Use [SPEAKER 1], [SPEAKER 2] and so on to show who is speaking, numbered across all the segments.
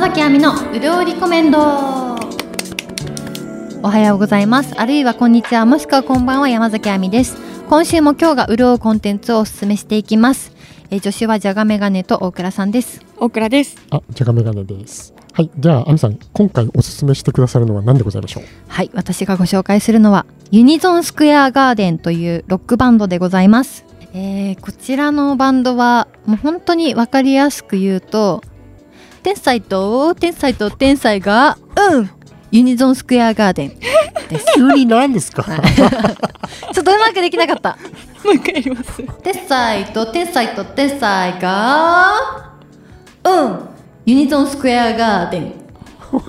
[SPEAKER 1] 崎亜美のうるおリコメンドおはようございますあるいはこんにちはもしくはこんばんは山崎亜美です今週も今日が潤うコンテンツをお勧めしていきますえー助手はじゃがメガネと大倉さんです
[SPEAKER 2] 大倉です。
[SPEAKER 3] あ、じゃがメガネです。はい、じゃあ、あみさん、今回おすすめしてくださるのは何でございましょう。
[SPEAKER 1] はい私がご紹介するのはユニゾンスクエアガーデンというロックバンドでございます、えーこちらのバンドはもう本当にわかりやすく言うと天才と天才と天才がうんユニゾンスクエアガーデンです
[SPEAKER 3] 急に何ですか。
[SPEAKER 1] ちょっとうまくできなかった。
[SPEAKER 2] もう一回やり ます。
[SPEAKER 1] 天才と天才と天才が、うん、ユニゾンスクエアガーデン。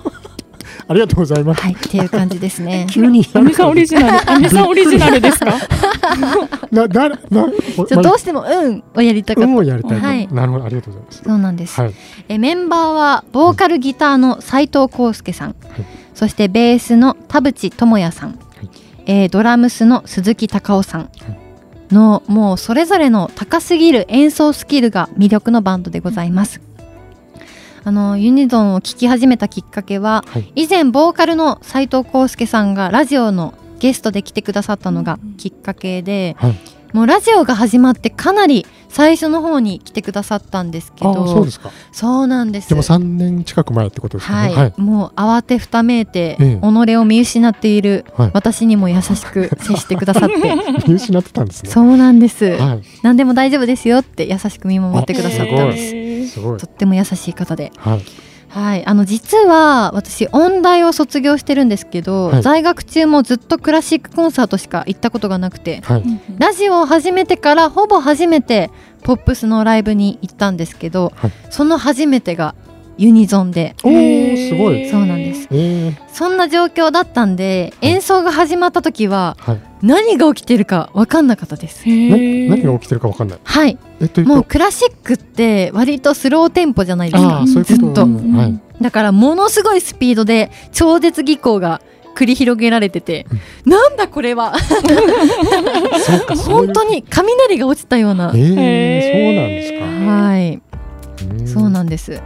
[SPEAKER 3] ありがとうございます。。
[SPEAKER 1] はい、っていう感じですね
[SPEAKER 3] 急に
[SPEAKER 2] アメさんオリジナル。アメさんオリジナル ですか。
[SPEAKER 3] な、だ、な、
[SPEAKER 1] ちょ
[SPEAKER 3] お
[SPEAKER 1] っとどうしても、うんをやりたかっ
[SPEAKER 3] 運
[SPEAKER 1] た。
[SPEAKER 3] をやりたい。
[SPEAKER 1] はい
[SPEAKER 3] なるほど、ありがとうございます。
[SPEAKER 1] そうなんです。
[SPEAKER 3] はい、
[SPEAKER 1] えメンバーはボーカルギターの斉藤康介さん、
[SPEAKER 3] い
[SPEAKER 1] そしてベースの田淵智也さん、えードラムスの鈴木隆夫さんの、もうそれぞれの高すぎる演奏スキルが魅力のバンドでございます。あのユニゾンを聴き始めたきっかけは
[SPEAKER 3] はい、
[SPEAKER 1] 以前ボーカルの斉藤康介さんがラジオのゲストで来てくださったのがきっかけで、
[SPEAKER 3] はい
[SPEAKER 1] もうラジオが始まってかなり最初の方に来てくださったんですけ
[SPEAKER 3] あ
[SPEAKER 1] ど
[SPEAKER 3] そうですか。
[SPEAKER 1] そうなんです。
[SPEAKER 3] でも三年近く前ってことですか
[SPEAKER 1] は
[SPEAKER 3] ね。
[SPEAKER 1] い、もう慌てふためいて、
[SPEAKER 3] ええ
[SPEAKER 1] 己を見失っている
[SPEAKER 3] はい
[SPEAKER 1] 私にも優しく 接してくださって
[SPEAKER 3] 見失ってたんですね。
[SPEAKER 1] そうなんです、
[SPEAKER 3] はい、
[SPEAKER 1] 何でも大丈夫ですよって優しく見守ってくださったんです
[SPEAKER 3] す
[SPEAKER 2] です。
[SPEAKER 3] すごい
[SPEAKER 1] と。っても優しい方で、
[SPEAKER 3] はい、
[SPEAKER 1] はい、あの実は私音大を卒業してるんですけど、
[SPEAKER 3] はい
[SPEAKER 1] 在学中もずっとクラシックコンサートしか行ったことがなくて
[SPEAKER 3] はい、
[SPEAKER 1] ラジオを始めてからほぼ初めてポップスのライブに行ったんですけど、
[SPEAKER 3] はい
[SPEAKER 1] その初めてがユニゾンで
[SPEAKER 3] おー、すごい。
[SPEAKER 1] そうなんです
[SPEAKER 3] えー、
[SPEAKER 1] そんな状況だったんで
[SPEAKER 3] うん
[SPEAKER 1] 演奏が始まった時は
[SPEAKER 3] はい、
[SPEAKER 1] 何が起きてるか分かんなかったです。
[SPEAKER 3] な、
[SPEAKER 2] 何
[SPEAKER 3] 何が起きてるかわかんない。
[SPEAKER 1] はい、
[SPEAKER 3] えっと、
[SPEAKER 1] もうクラシックって割とスローテンポじゃないです
[SPEAKER 3] あ
[SPEAKER 1] か
[SPEAKER 3] あ、そういうこと。
[SPEAKER 1] ずっと
[SPEAKER 3] うんはい、
[SPEAKER 1] だからものすごいスピードで超絶技巧が繰り広げられてて、なんだこれは
[SPEAKER 3] そうか、そうい
[SPEAKER 1] 本
[SPEAKER 3] う
[SPEAKER 1] 当。に雷が落ちたような、
[SPEAKER 3] えー、そうなん
[SPEAKER 1] はい
[SPEAKER 3] ですか。
[SPEAKER 1] そう
[SPEAKER 3] で
[SPEAKER 1] なんです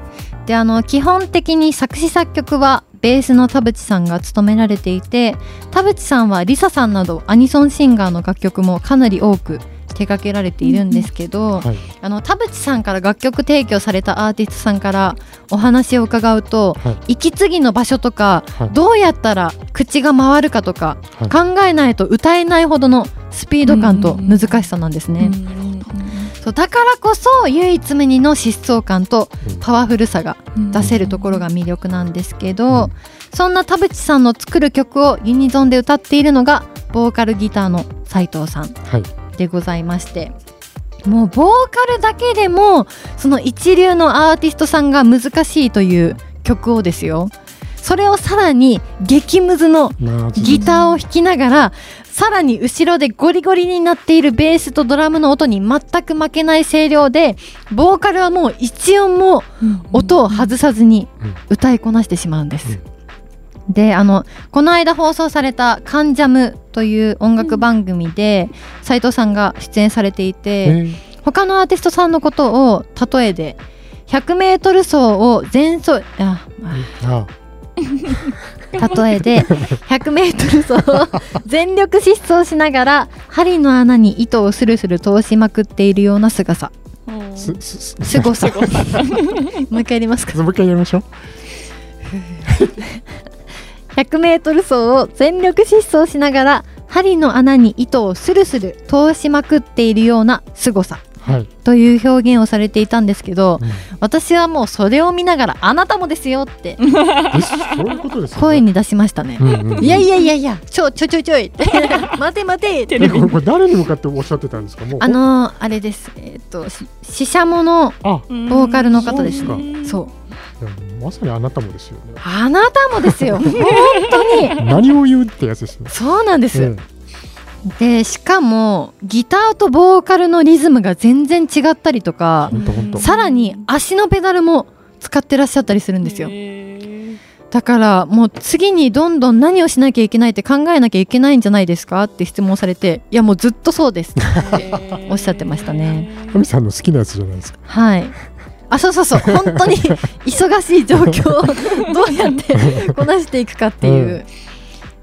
[SPEAKER 1] であの基本的に作詞作曲はベースの田淵さんが務められていて田淵さんはリサさんなどアニソンシンガーの楽曲もかなり多く手掛けられているんですけど、
[SPEAKER 3] はい、
[SPEAKER 1] あの田淵さんから楽曲提供されたアーティストさんからお話を伺うと、
[SPEAKER 3] はい
[SPEAKER 1] 息継ぎの場所とか
[SPEAKER 3] はい、
[SPEAKER 1] どうやったら口が回るかとか、
[SPEAKER 3] はい
[SPEAKER 1] 考えないと歌えないほどのスピード感と難しさなんですね。そうだからこそ唯一無二の疾走感と
[SPEAKER 3] うん
[SPEAKER 1] パワフルさが出せるところが魅力なんですけど、そんな田淵さんの作る曲をユニゾンで歌っているのがボーカルギターの斉藤さん
[SPEAKER 3] はい、
[SPEAKER 1] でございましてもうボーカルだけでもその一流のアーティストさんが難しいという曲をですよそれをさらに激ムズの
[SPEAKER 3] まあ、
[SPEAKER 1] ギターを弾きながらさらに後ろでゴリゴリになっているベースとドラムの音に全く負けない声量でボーカルはもう一音も音を外さずに
[SPEAKER 3] うん
[SPEAKER 1] 歌いこなしてしまうんです。であのこの間放送された「カンジャム」という音楽番組で斉藤さんが出演されていて、
[SPEAKER 3] え
[SPEAKER 1] 他のアーティストさんのことを例えで 100m 走を全走ああ
[SPEAKER 3] ー、あ
[SPEAKER 1] 例え で 100m 走を 全力疾走しながら針の穴に糸をスルスル通しまくっているような姿
[SPEAKER 3] すすす
[SPEAKER 1] すご さもう一回やりますか
[SPEAKER 3] もう一回やりましょう
[SPEAKER 1] 100m 走を全力疾走しながら針の穴に糸をスルスル通しまくっているような凄さ
[SPEAKER 3] はい、
[SPEAKER 1] という表現をされていたんですけど
[SPEAKER 3] うん
[SPEAKER 1] 私はもうそれを見ながらあなたもですよって
[SPEAKER 3] えそういうことですよ
[SPEAKER 1] 声
[SPEAKER 3] ね
[SPEAKER 1] に出しましたね
[SPEAKER 3] うんうんうん
[SPEAKER 1] いやいやいやいやちょちょちょちょいって待て待てって
[SPEAKER 3] えこれこれ誰に向かっておっしゃってたんですかもう
[SPEAKER 1] あのーあれですえっ、としししゃもの
[SPEAKER 3] あ
[SPEAKER 1] ボーカルの方です
[SPEAKER 3] そう
[SPEAKER 1] ね
[SPEAKER 2] ですか
[SPEAKER 1] そう
[SPEAKER 3] いやまさにあなたもですよね
[SPEAKER 1] あなたもですよ本当に
[SPEAKER 3] 何を言うってやつですね
[SPEAKER 1] そうなんです、
[SPEAKER 3] うん
[SPEAKER 1] でしかもギターとボーカルのリズムが全然違ったりとか
[SPEAKER 3] ほんとほんと
[SPEAKER 1] さらに足のペダルも使ってらっしゃったりするんですよだからもう次にどんどん何をしなきゃいけないって考えなきゃいけないんじゃないですかって質問されていやもうずっとそうです おっしゃってましたね
[SPEAKER 3] 神さんの好きなやつじゃないですか
[SPEAKER 1] はいあそうそうそう本当に 忙しい状況を どうやってこなしていくかっていう、
[SPEAKER 3] う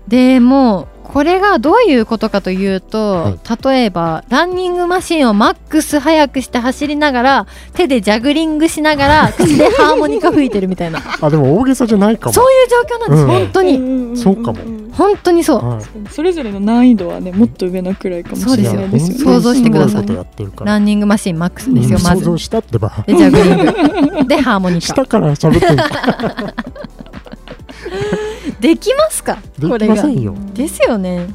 [SPEAKER 1] でもうこれがどういうことかというと、
[SPEAKER 3] はい
[SPEAKER 1] 例えばランニングマシンをマックス速くして走りながら手でジャグリングしながら口でハーモニカ吹いてるみたいな
[SPEAKER 3] あでも大げさじゃないかも
[SPEAKER 1] そういう状況なんです、
[SPEAKER 3] うん
[SPEAKER 1] 本当に
[SPEAKER 2] に
[SPEAKER 3] そうかも
[SPEAKER 1] 本当にそう、
[SPEAKER 3] はい
[SPEAKER 2] それぞれの難易度はねもっと上なくらいかもしれないですよ
[SPEAKER 1] そ
[SPEAKER 2] ね
[SPEAKER 1] うですよ想像してください
[SPEAKER 3] すごことやってるから
[SPEAKER 1] ランニングマシンマックスですよ、
[SPEAKER 3] うん
[SPEAKER 1] ま
[SPEAKER 3] 想
[SPEAKER 1] ず
[SPEAKER 3] 像したってば
[SPEAKER 1] でジャグリン グでハーモニカ
[SPEAKER 3] 下から喋ってる
[SPEAKER 1] できますかこれ
[SPEAKER 3] できま
[SPEAKER 1] が
[SPEAKER 3] せんよ
[SPEAKER 1] ですよね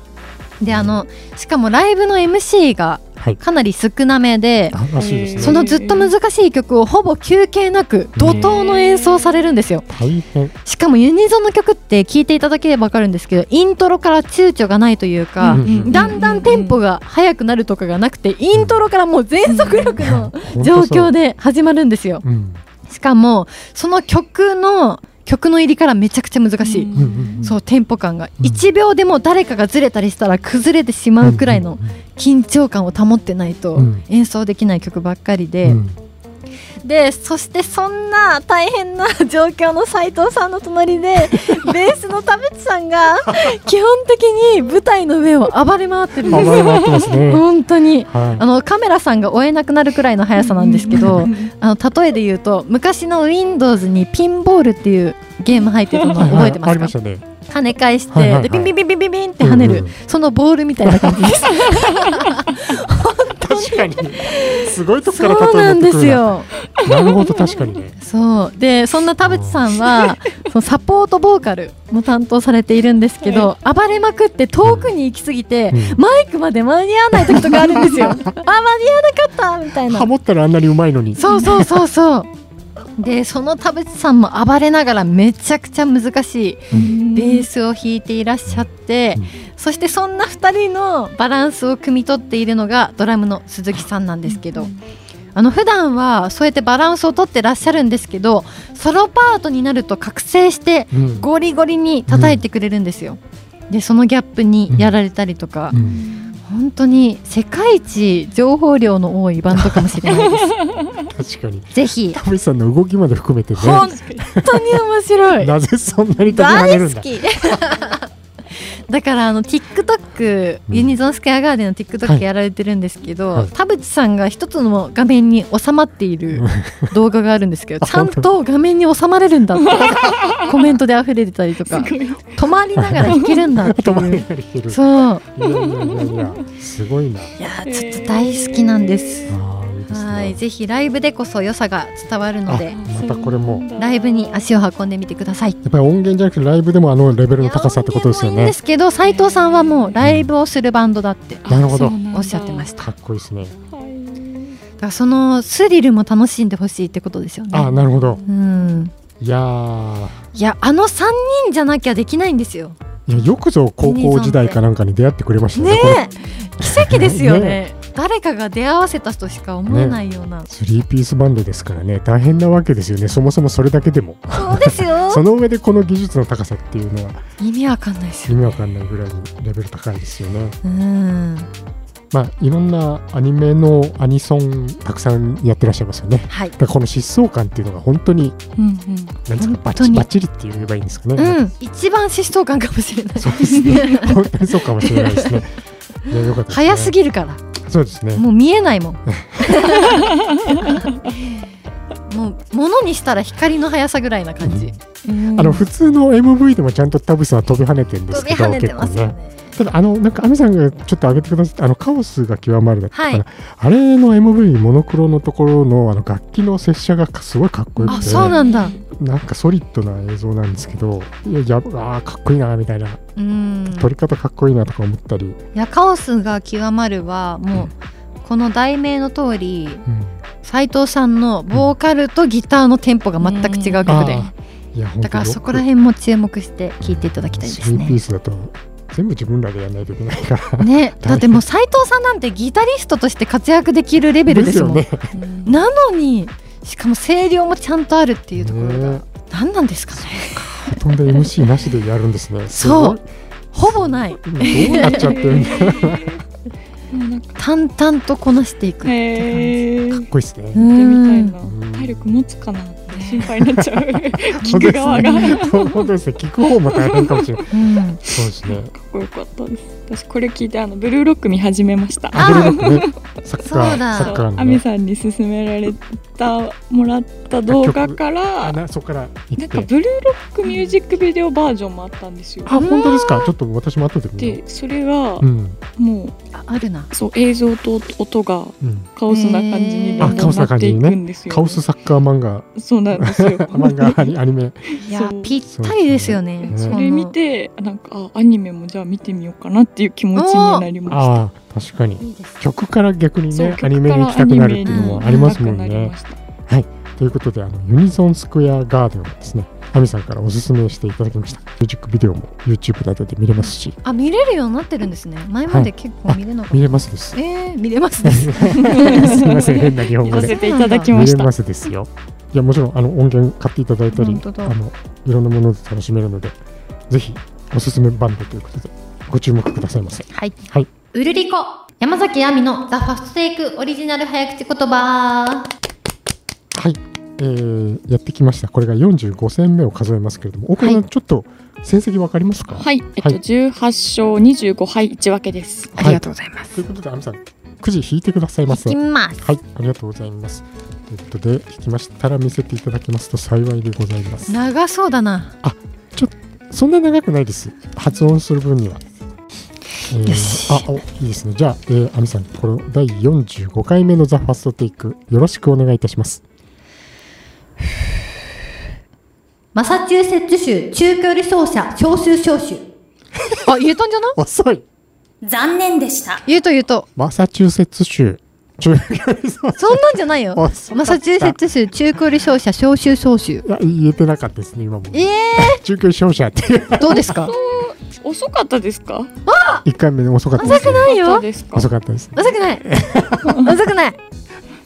[SPEAKER 1] であのしかもライブの MC が
[SPEAKER 3] はい
[SPEAKER 1] かなり少なめで、
[SPEAKER 3] あらしいですね
[SPEAKER 1] そのずっと難しい曲をほぼ休憩なく怒涛の演奏されるんですよ
[SPEAKER 3] 大変
[SPEAKER 1] しかもユニゾンの曲って聞いていただければわかるんですけどイントロから躊躇がないというか、
[SPEAKER 3] うん
[SPEAKER 1] だんだんテンポが速くなるとかがなくてイントロからもう全速力の状況
[SPEAKER 3] で
[SPEAKER 1] で始まるんですよ
[SPEAKER 3] うん
[SPEAKER 1] しかもその曲の曲の入りからめちゃくちゃ難しい、
[SPEAKER 3] うんうんうん
[SPEAKER 1] そうテンポ感が、
[SPEAKER 3] うん
[SPEAKER 1] 1秒でも誰かがずれたりしたら崩れてしまうくらいの緊張感を保ってないと
[SPEAKER 3] うん
[SPEAKER 1] 演奏できない曲ばっかりで、
[SPEAKER 3] うん
[SPEAKER 1] でそしてそんな大変な状況の斉藤さんの隣で ベースの田淵さんが基本的に舞台の上を暴れ回ってるん
[SPEAKER 3] 暴
[SPEAKER 1] です
[SPEAKER 3] れ回っ てますね
[SPEAKER 1] 本当にあ
[SPEAKER 3] は
[SPEAKER 1] のカメラさんが追えなくなるくらいの速さなんですけどあの例えで言うと昔の Windows にピンボールっていうゲーム入ってたの
[SPEAKER 3] いはい
[SPEAKER 1] 覚えてま
[SPEAKER 3] あ
[SPEAKER 1] す
[SPEAKER 3] り
[SPEAKER 1] か
[SPEAKER 3] ましたね
[SPEAKER 1] 跳ね返して、
[SPEAKER 3] はいはいはい
[SPEAKER 1] でビンビンビンビンビンビンって跳ねる、
[SPEAKER 3] うんうん
[SPEAKER 1] そのボールみたいな感じ です
[SPEAKER 3] 確かにすごいとこ
[SPEAKER 1] そ
[SPEAKER 3] から
[SPEAKER 1] う
[SPEAKER 3] 例
[SPEAKER 1] な
[SPEAKER 3] え
[SPEAKER 1] ん
[SPEAKER 3] 持っ
[SPEAKER 1] で
[SPEAKER 3] てく
[SPEAKER 1] す
[SPEAKER 3] るな
[SPEAKER 1] よ
[SPEAKER 3] なるほど確かにね
[SPEAKER 1] そうでそんな田淵さんはそのサポートボーカルも担当されているんですけど、暴れまくって遠くに行き過ぎて、
[SPEAKER 3] うん
[SPEAKER 1] マイクまで間に合わない時とかあるん ですよあ間に合わなかったみたいな
[SPEAKER 3] ハモったらあんなにうまいのに
[SPEAKER 1] そうそうそうそうでその田淵さんも暴れながらめちゃくちゃ難しいベースを弾いていらっしゃって、
[SPEAKER 3] うん
[SPEAKER 1] そしてそんな2人のバランスを汲み取っているのがドラムの鈴木さんなんですけど、あの普段はそうやってバランスを取ってらっしゃるんですけどソロパートになると覚醒して
[SPEAKER 3] うん
[SPEAKER 1] ゴリゴリに叩いてくれるんですよ。でそのギャップにやられたりとか、
[SPEAKER 3] うん
[SPEAKER 1] 本当に世界一情報量の多いバンドかもしれないで
[SPEAKER 3] 確かに
[SPEAKER 1] す。ぜひ
[SPEAKER 3] 田淵さんの動きまで含めてね
[SPEAKER 1] 本当に面白い
[SPEAKER 3] なぜそんなに飛び跳ね
[SPEAKER 1] 大
[SPEAKER 3] るんだ
[SPEAKER 1] 好き だからあの TikTok、
[SPEAKER 3] うん
[SPEAKER 1] ユニゾンスクエアガーデンの
[SPEAKER 3] は
[SPEAKER 1] TikTok
[SPEAKER 3] い
[SPEAKER 1] やられてるんですけど、
[SPEAKER 3] はい
[SPEAKER 1] 田淵さんが一つの画面に収まっている動画があるんですけど
[SPEAKER 3] あ
[SPEAKER 1] ちゃん
[SPEAKER 3] 本当
[SPEAKER 1] と画面に収まれるんだって コメントで溢れてたりとか
[SPEAKER 2] すごい
[SPEAKER 1] 止まりながら弾けるんだって
[SPEAKER 3] 止ま
[SPEAKER 1] い
[SPEAKER 3] り
[SPEAKER 1] う
[SPEAKER 3] がける
[SPEAKER 1] そう
[SPEAKER 3] いやいやいやいやすごいな
[SPEAKER 1] ちょっと大好きなんです、
[SPEAKER 3] あーいいですね
[SPEAKER 1] はいぜひライブでこそ良さが伝わるので
[SPEAKER 3] あまたこれも
[SPEAKER 1] ライブに足を運んでみてください
[SPEAKER 3] やっぱり音源じゃなくてライブでもあのレベルの高さってことですよ
[SPEAKER 1] いや音源もいいん
[SPEAKER 3] ね
[SPEAKER 1] ですけど斉藤さんはもうライブをするバンドだって
[SPEAKER 3] なるほど
[SPEAKER 1] おっしゃってました
[SPEAKER 3] かっこいいですね
[SPEAKER 2] た、はい
[SPEAKER 1] だからそのスリルも楽しんでほしいってことですよね
[SPEAKER 3] あなるほど
[SPEAKER 1] うん
[SPEAKER 3] いやー
[SPEAKER 1] いやあの3人じゃなきゃできないんですよ
[SPEAKER 3] いやよくぞ高校時代かなんかに出会ってくれました
[SPEAKER 1] ね
[SPEAKER 3] ねこれ
[SPEAKER 1] え奇跡ですよね
[SPEAKER 3] ね
[SPEAKER 1] 誰かが出会わせた人しか思えないような、
[SPEAKER 3] スリーピースバンドですからね大変なわけですよねそもそもそれだけでも
[SPEAKER 1] そうですよ
[SPEAKER 3] その上でこの技術の高さっていうのは
[SPEAKER 1] 意味わかんないです
[SPEAKER 3] 意
[SPEAKER 1] よ
[SPEAKER 3] 味わかんないぐらいにレベル高いですよね
[SPEAKER 1] うん
[SPEAKER 3] まあいろんなアニメのアニソンたくさんやってらっしゃいますよね
[SPEAKER 1] はい
[SPEAKER 3] だからこの疾走感っていうのが本当に
[SPEAKER 2] うんうん
[SPEAKER 3] なんですかバ
[SPEAKER 1] 本
[SPEAKER 3] チ
[SPEAKER 1] 当に
[SPEAKER 3] バチリって言えばいいんですかね、
[SPEAKER 1] うん一番疾走感かもしれない
[SPEAKER 3] そうで すね本当にそうかもしれないですねいやよかったですね
[SPEAKER 1] 早すぎるから
[SPEAKER 3] そうですね
[SPEAKER 1] もう見えないもん もう物にしたら光の速さぐらいな感じ
[SPEAKER 3] あの普通の MV でもちゃんと田淵さんは飛び跳ねてるんで
[SPEAKER 1] 飛
[SPEAKER 3] す
[SPEAKER 1] び
[SPEAKER 3] け
[SPEAKER 1] 跳
[SPEAKER 3] ど
[SPEAKER 1] ねてますよ
[SPEAKER 3] 結構
[SPEAKER 1] ね
[SPEAKER 3] ただあのなんか亜美さんがちょっと上げてくださったあのカオスが極まるだったかな、
[SPEAKER 1] はい
[SPEAKER 3] あれの MV モノクロのところのあの楽器の拙者がすごいかっこよく
[SPEAKER 1] あ
[SPEAKER 3] て
[SPEAKER 1] そうなんだ
[SPEAKER 3] なんかソリッドな映像なんですけどいややあーかっこいいなみたいな
[SPEAKER 1] うん
[SPEAKER 3] 撮り方かっこいいなとか思ったり、
[SPEAKER 1] いやカオスが極まるはもう、この題名の通り
[SPEAKER 3] うん
[SPEAKER 1] 斉藤さんのボーカルとギターのテンポが全く違う曲で、
[SPEAKER 3] あーいや本当
[SPEAKER 1] だから
[SPEAKER 3] ロック
[SPEAKER 1] そこら辺も注目して聴いていただきたいです
[SPEAKER 3] スリーピー
[SPEAKER 1] ね。
[SPEAKER 3] スだと全部自分らでやらないといけないから
[SPEAKER 1] ね、だってもう斉藤さんなんてギタリストとして活躍できるレベルですもん。
[SPEAKER 3] ですよね
[SPEAKER 1] なのにしかも声量もちゃんとあるっていうところが、
[SPEAKER 3] ね
[SPEAKER 1] 何なんですかね。
[SPEAKER 3] ほとんど MC なしでやるんですね
[SPEAKER 1] そうほぼない
[SPEAKER 3] すごいどうなっちゃってるんだかっ
[SPEAKER 2] うんなんか
[SPEAKER 1] 淡々とこなしていくっていう感じ。
[SPEAKER 2] へえ
[SPEAKER 3] こいいですね
[SPEAKER 1] う
[SPEAKER 2] やってみたい
[SPEAKER 1] ん
[SPEAKER 2] な
[SPEAKER 3] うん
[SPEAKER 2] 体力持つかなって心配にな っちゃう聞く側がか
[SPEAKER 3] 本当ですね本当ですね。聞く方も大変かもしれない。
[SPEAKER 1] うん、
[SPEAKER 3] そうですね。
[SPEAKER 2] っこよかったです私これ聞いてあのブルーロック見始めました
[SPEAKER 3] あ、ブルーロックね。サッカ
[SPEAKER 1] そう
[SPEAKER 3] ー、
[SPEAKER 1] だ
[SPEAKER 3] サッカーの
[SPEAKER 2] 亜美
[SPEAKER 3] ね。
[SPEAKER 2] さんに勧められたもらった動画から
[SPEAKER 3] あ、なそこから行
[SPEAKER 2] な
[SPEAKER 3] っ
[SPEAKER 2] んか
[SPEAKER 3] て。
[SPEAKER 2] ブルーロックミュージックビデオバージョンもあったんですよ
[SPEAKER 3] あ、本当ですか。ちょっと私も後で見よ
[SPEAKER 2] でそれが
[SPEAKER 3] う。うん、
[SPEAKER 2] もう
[SPEAKER 1] ああるな
[SPEAKER 2] そう映像と音が
[SPEAKER 3] うん。
[SPEAKER 2] カオスな感じにどん
[SPEAKER 3] あカ
[SPEAKER 2] ど
[SPEAKER 3] オ
[SPEAKER 2] ん
[SPEAKER 3] スな
[SPEAKER 2] な
[SPEAKER 3] 感
[SPEAKER 2] って
[SPEAKER 3] じ
[SPEAKER 2] い
[SPEAKER 3] に
[SPEAKER 2] く
[SPEAKER 3] ね
[SPEAKER 2] んですよ、
[SPEAKER 3] カオスサッカー漫画、
[SPEAKER 2] そうなんです よ
[SPEAKER 3] 漫画アニアニメ。
[SPEAKER 1] いや
[SPEAKER 2] そう
[SPEAKER 1] ぴったりですよね
[SPEAKER 3] そうですね
[SPEAKER 1] の
[SPEAKER 2] それ見てなんかあアニメもじゃあ見てみようかなっていう気持ちになりました
[SPEAKER 3] ああ、確かに。
[SPEAKER 1] いいですね
[SPEAKER 3] 曲から逆に
[SPEAKER 2] そう
[SPEAKER 3] ね、アニメに行きたくなるっていうのもありますもん
[SPEAKER 2] アニメに行
[SPEAKER 3] ね
[SPEAKER 2] き。たくなりました
[SPEAKER 3] ということで、あのユニゾンスクエアガーデンをですね、アミさんからおすすめしていただきました。ミュージックビデオも YouTube などで見れますし、
[SPEAKER 1] あ見れるようになってるんですね前まで結構見れなかった、
[SPEAKER 3] 見れます です。
[SPEAKER 1] えー、見れますね
[SPEAKER 3] すみません、変な日本
[SPEAKER 2] 見
[SPEAKER 3] 語
[SPEAKER 2] さ
[SPEAKER 3] で。
[SPEAKER 2] せていただきま
[SPEAKER 3] 見
[SPEAKER 2] し
[SPEAKER 3] れ
[SPEAKER 2] た
[SPEAKER 3] ますですよ。いや、もちろん、あの音源買っていただいたり
[SPEAKER 1] 本当、だ
[SPEAKER 3] あのいろんなもので楽しめるので、ぜひおすすめバンドということで、ご注目くださいませ。
[SPEAKER 1] はい。
[SPEAKER 3] はい。
[SPEAKER 1] うるりこ。山崎亜美のザ・ファストテイクオリジナル早口言葉。
[SPEAKER 3] はい、えーやってきました。これが45戦目を数えますけれども、奥野さん、ちょっと成績わかりますか、
[SPEAKER 2] はい、えっと、
[SPEAKER 3] はい
[SPEAKER 2] 18勝25敗1分けです。
[SPEAKER 3] ありがと
[SPEAKER 1] うございます。
[SPEAKER 3] ということで、アミさん、くじ引いてくださいませ。
[SPEAKER 1] いき
[SPEAKER 3] はい、
[SPEAKER 1] ます。
[SPEAKER 3] ありがとうございます。ということで、引きましたら見せていただきますと幸いでございます。
[SPEAKER 1] 長そうだな。
[SPEAKER 3] そんな長くないです。発音する分には。えー
[SPEAKER 1] よし
[SPEAKER 3] あおいいですね。じゃあ、えー、アミさん、この第45回目のザ・ファストテイク、よろしくお願いいたします。
[SPEAKER 1] マサチューセッツ州中距離走者招集招集。あ、言えたんじゃない
[SPEAKER 3] 遅い
[SPEAKER 4] 残念でした。
[SPEAKER 1] 言えた言えた。
[SPEAKER 3] マサチューセッツ州、中距離走
[SPEAKER 1] そんなんじゃないよ。
[SPEAKER 3] 遅かった
[SPEAKER 1] マサチューセッツ州中距離走者招集招集。
[SPEAKER 3] いや、言えてなかったですね、今も。
[SPEAKER 1] ええ
[SPEAKER 3] 中距離勝者っていう、
[SPEAKER 1] ー、どうですか
[SPEAKER 2] 遅かったですか？
[SPEAKER 3] 1回目で遅かったです
[SPEAKER 1] 遅く
[SPEAKER 3] ね。
[SPEAKER 1] ない
[SPEAKER 2] 遅
[SPEAKER 1] よ
[SPEAKER 2] かった。ですか
[SPEAKER 3] 遅？かったです。
[SPEAKER 1] 遅くない。遅くない。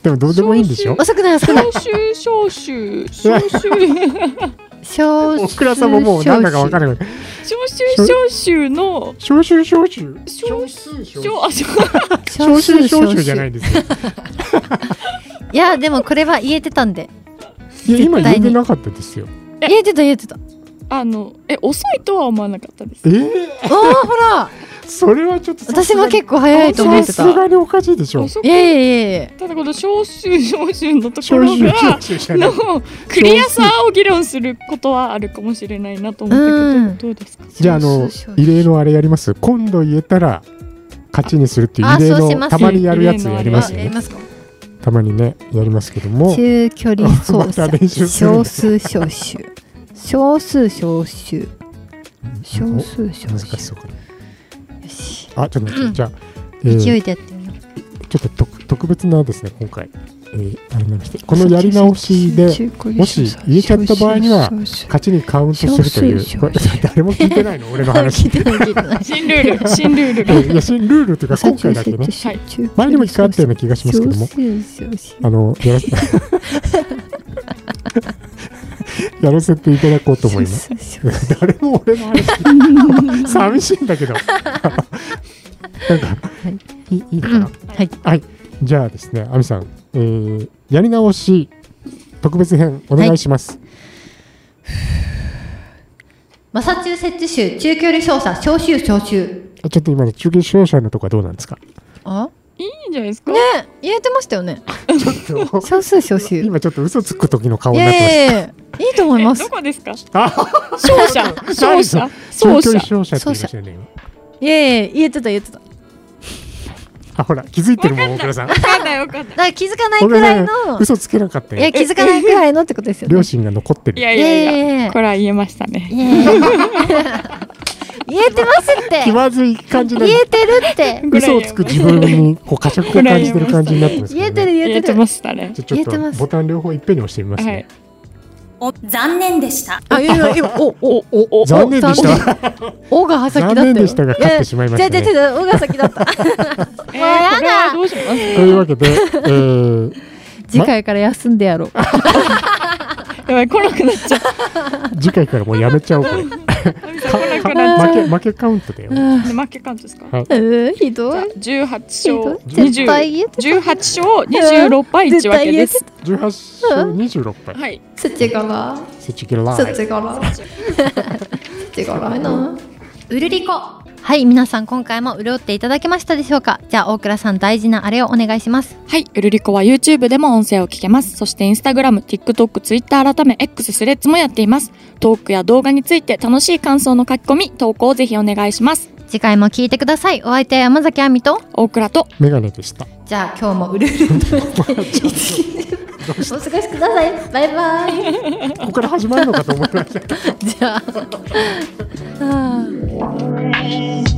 [SPEAKER 3] でも、どうでもいいんでしょ
[SPEAKER 1] 遅くない。遅くない。
[SPEAKER 2] 招集招集招集
[SPEAKER 1] 招集。
[SPEAKER 3] 大倉さんももうなんだかわからない。
[SPEAKER 2] 招集招集の
[SPEAKER 3] 招集招集。
[SPEAKER 2] 招
[SPEAKER 3] 集
[SPEAKER 2] 招あそう
[SPEAKER 3] 招集招集じゃないんですよ。
[SPEAKER 1] いやでもこれは言えてたんで
[SPEAKER 3] いや、今
[SPEAKER 1] 絶対
[SPEAKER 3] 言え
[SPEAKER 1] に
[SPEAKER 3] てなかったですよ。
[SPEAKER 2] え
[SPEAKER 1] 言えてた言えてた
[SPEAKER 2] あのえ遅いとは思わなかったです
[SPEAKER 3] え。ー、
[SPEAKER 1] おおほら
[SPEAKER 3] それはちょっとさすがに。
[SPEAKER 1] 私も結構早いと思ってた
[SPEAKER 3] さすがにおかしいでしょ。
[SPEAKER 2] 遅
[SPEAKER 1] い
[SPEAKER 2] く
[SPEAKER 1] やいやいやいや
[SPEAKER 2] ただこの招集招集のとこ
[SPEAKER 3] 招
[SPEAKER 2] ろ
[SPEAKER 3] 集
[SPEAKER 2] が
[SPEAKER 3] 招集じゃない。
[SPEAKER 2] のクリアさを議論することはあるかもしれないなと思ったけどどうですか？
[SPEAKER 3] じゃあ、あの
[SPEAKER 1] 招集招、集
[SPEAKER 3] 異例のあれやります。今度言えたら、勝ちにするっていう
[SPEAKER 1] あ
[SPEAKER 3] 異例
[SPEAKER 1] そうします
[SPEAKER 3] の、たまにやるやつやりますよ
[SPEAKER 1] あやり
[SPEAKER 3] ね。
[SPEAKER 1] ますか
[SPEAKER 3] たまにね、やりますけども。
[SPEAKER 1] 中距離走
[SPEAKER 3] また練習
[SPEAKER 1] 者
[SPEAKER 3] するん
[SPEAKER 1] 少数招
[SPEAKER 3] だ
[SPEAKER 1] 集少数招集少数
[SPEAKER 3] お
[SPEAKER 1] 招
[SPEAKER 3] 難し
[SPEAKER 1] 集
[SPEAKER 3] そうかな。
[SPEAKER 1] よし
[SPEAKER 3] あ、ちょっと待っ
[SPEAKER 1] う
[SPEAKER 3] て、
[SPEAKER 1] ん
[SPEAKER 3] じゃあ、えー
[SPEAKER 1] 勢いでやってみよう
[SPEAKER 3] ちょっと特特別なですね、今回、えーあれなんですけどこのやり直しでもし言えちゃった場合には勝ちにカウントするとい
[SPEAKER 1] 少数
[SPEAKER 3] う、これ誰も聞いてないの、俺の 話。
[SPEAKER 1] 聞いてない聞いてない
[SPEAKER 2] 新ルール新ルール
[SPEAKER 3] え
[SPEAKER 2] が
[SPEAKER 3] ーいや、新ルールというか、今回だけね、
[SPEAKER 2] はい
[SPEAKER 3] 前にも一回あったような気がしますけども
[SPEAKER 1] 少数招集
[SPEAKER 3] あの、やらせ やらせていただこうと思い ます。
[SPEAKER 1] 少数招集
[SPEAKER 3] 誰も俺の話聞いて寂しいんだけど。なんか、いいいのかな、
[SPEAKER 1] はい
[SPEAKER 3] はい。じゃあですね、亜美さん、えーやり直し特別編お願いします。
[SPEAKER 1] マサチューセッツ州中距離走者招集招集
[SPEAKER 3] あちょっと今の中継勝者のとこはどうなんですか
[SPEAKER 1] あ
[SPEAKER 2] いいんじゃないですか
[SPEAKER 1] ね？言えてましたよね
[SPEAKER 3] ちょっと
[SPEAKER 1] 少数招集
[SPEAKER 3] 今ちょっと嘘つく時の顔
[SPEAKER 1] い
[SPEAKER 3] になってまし
[SPEAKER 1] やいやいやいいと思いま
[SPEAKER 2] え
[SPEAKER 1] す
[SPEAKER 2] どこですか？
[SPEAKER 3] た。あ
[SPEAKER 2] 勝者勝者
[SPEAKER 3] 中
[SPEAKER 2] 勝
[SPEAKER 3] 距
[SPEAKER 2] 者
[SPEAKER 3] 離勝者って言いましたよね。今
[SPEAKER 1] いやいや言えてた言えてただか
[SPEAKER 3] あ、ほら、気づいてるもん、大倉さん。
[SPEAKER 2] わかんないわかんない。
[SPEAKER 1] ら気づかないくらいの
[SPEAKER 3] 嘘つけなかった
[SPEAKER 1] いや
[SPEAKER 3] よ。
[SPEAKER 1] 気づかないくらいのってことですよね
[SPEAKER 3] 両親が残って
[SPEAKER 2] い
[SPEAKER 3] る。
[SPEAKER 2] や
[SPEAKER 1] い
[SPEAKER 2] いやい
[SPEAKER 1] や
[SPEAKER 2] や
[SPEAKER 1] いやいや
[SPEAKER 2] これは言えましたね。
[SPEAKER 1] いやいやいや言えてますって
[SPEAKER 3] 気まずい感じなん
[SPEAKER 1] 言
[SPEAKER 3] で
[SPEAKER 1] えてるって
[SPEAKER 2] ぐらい
[SPEAKER 3] 嘘をつく自分にこう過食を感じてる感じになってますけ
[SPEAKER 1] 言
[SPEAKER 3] ど
[SPEAKER 1] え
[SPEAKER 3] ね
[SPEAKER 1] てる言
[SPEAKER 2] 言
[SPEAKER 1] え
[SPEAKER 2] え
[SPEAKER 1] て
[SPEAKER 2] て
[SPEAKER 1] る
[SPEAKER 2] ましたね。
[SPEAKER 3] じゃあちょっ
[SPEAKER 1] 言えてま
[SPEAKER 3] と
[SPEAKER 1] す
[SPEAKER 3] ボタン両方いっぺんに押してみます
[SPEAKER 2] は
[SPEAKER 3] ね
[SPEAKER 2] い。。
[SPEAKER 4] お残念でした。
[SPEAKER 1] あいやいや今おおおお
[SPEAKER 3] 残念でした。
[SPEAKER 1] おが先だったよ
[SPEAKER 3] 残念でしたが勝ってしまいました
[SPEAKER 1] じゃ
[SPEAKER 3] ね
[SPEAKER 1] じゃじゃおが先だ った
[SPEAKER 2] えー、これ
[SPEAKER 1] やだ
[SPEAKER 2] はどうします？
[SPEAKER 3] というわけで、えー、
[SPEAKER 1] 次回から休んでやろう
[SPEAKER 2] やばい来なくなっちゃう。
[SPEAKER 3] 次回からもうやめちゃおうこれ
[SPEAKER 2] 来なくなっ
[SPEAKER 3] 負け負けカウントだよ、ね、
[SPEAKER 2] ちゃう。負け感じですか？
[SPEAKER 1] うーひどい
[SPEAKER 2] 十八
[SPEAKER 1] ひどい
[SPEAKER 2] 勝二
[SPEAKER 1] 絶
[SPEAKER 2] 十
[SPEAKER 1] 対言えて
[SPEAKER 2] 十八勝二十六敗一分けです。
[SPEAKER 1] 絶
[SPEAKER 3] 18勝26敗。
[SPEAKER 2] はい。
[SPEAKER 5] 土柄
[SPEAKER 3] 土木ライ。
[SPEAKER 5] 土柄土柄な
[SPEAKER 1] うるりこはい皆さん今回も潤っていただけましたでしょうかじゃあ大倉さん大事なあれをお願いします
[SPEAKER 2] はい。うるりこは YouTube でも音声を聞けます。そしてインスタグラム、TikTok、Twitter 改め X スレッズもやっています。トークや動画について楽しい感想の書き込み、投稿をぜひお願いします。
[SPEAKER 1] 次回も聞いてくださいお相手は山崎亜美と
[SPEAKER 2] 大倉と
[SPEAKER 3] メガネでした。
[SPEAKER 1] じゃあ今日もうる る
[SPEAKER 5] お過ごしくださいバイバイ
[SPEAKER 3] ここから始まるのかと思いました。
[SPEAKER 1] じゃああー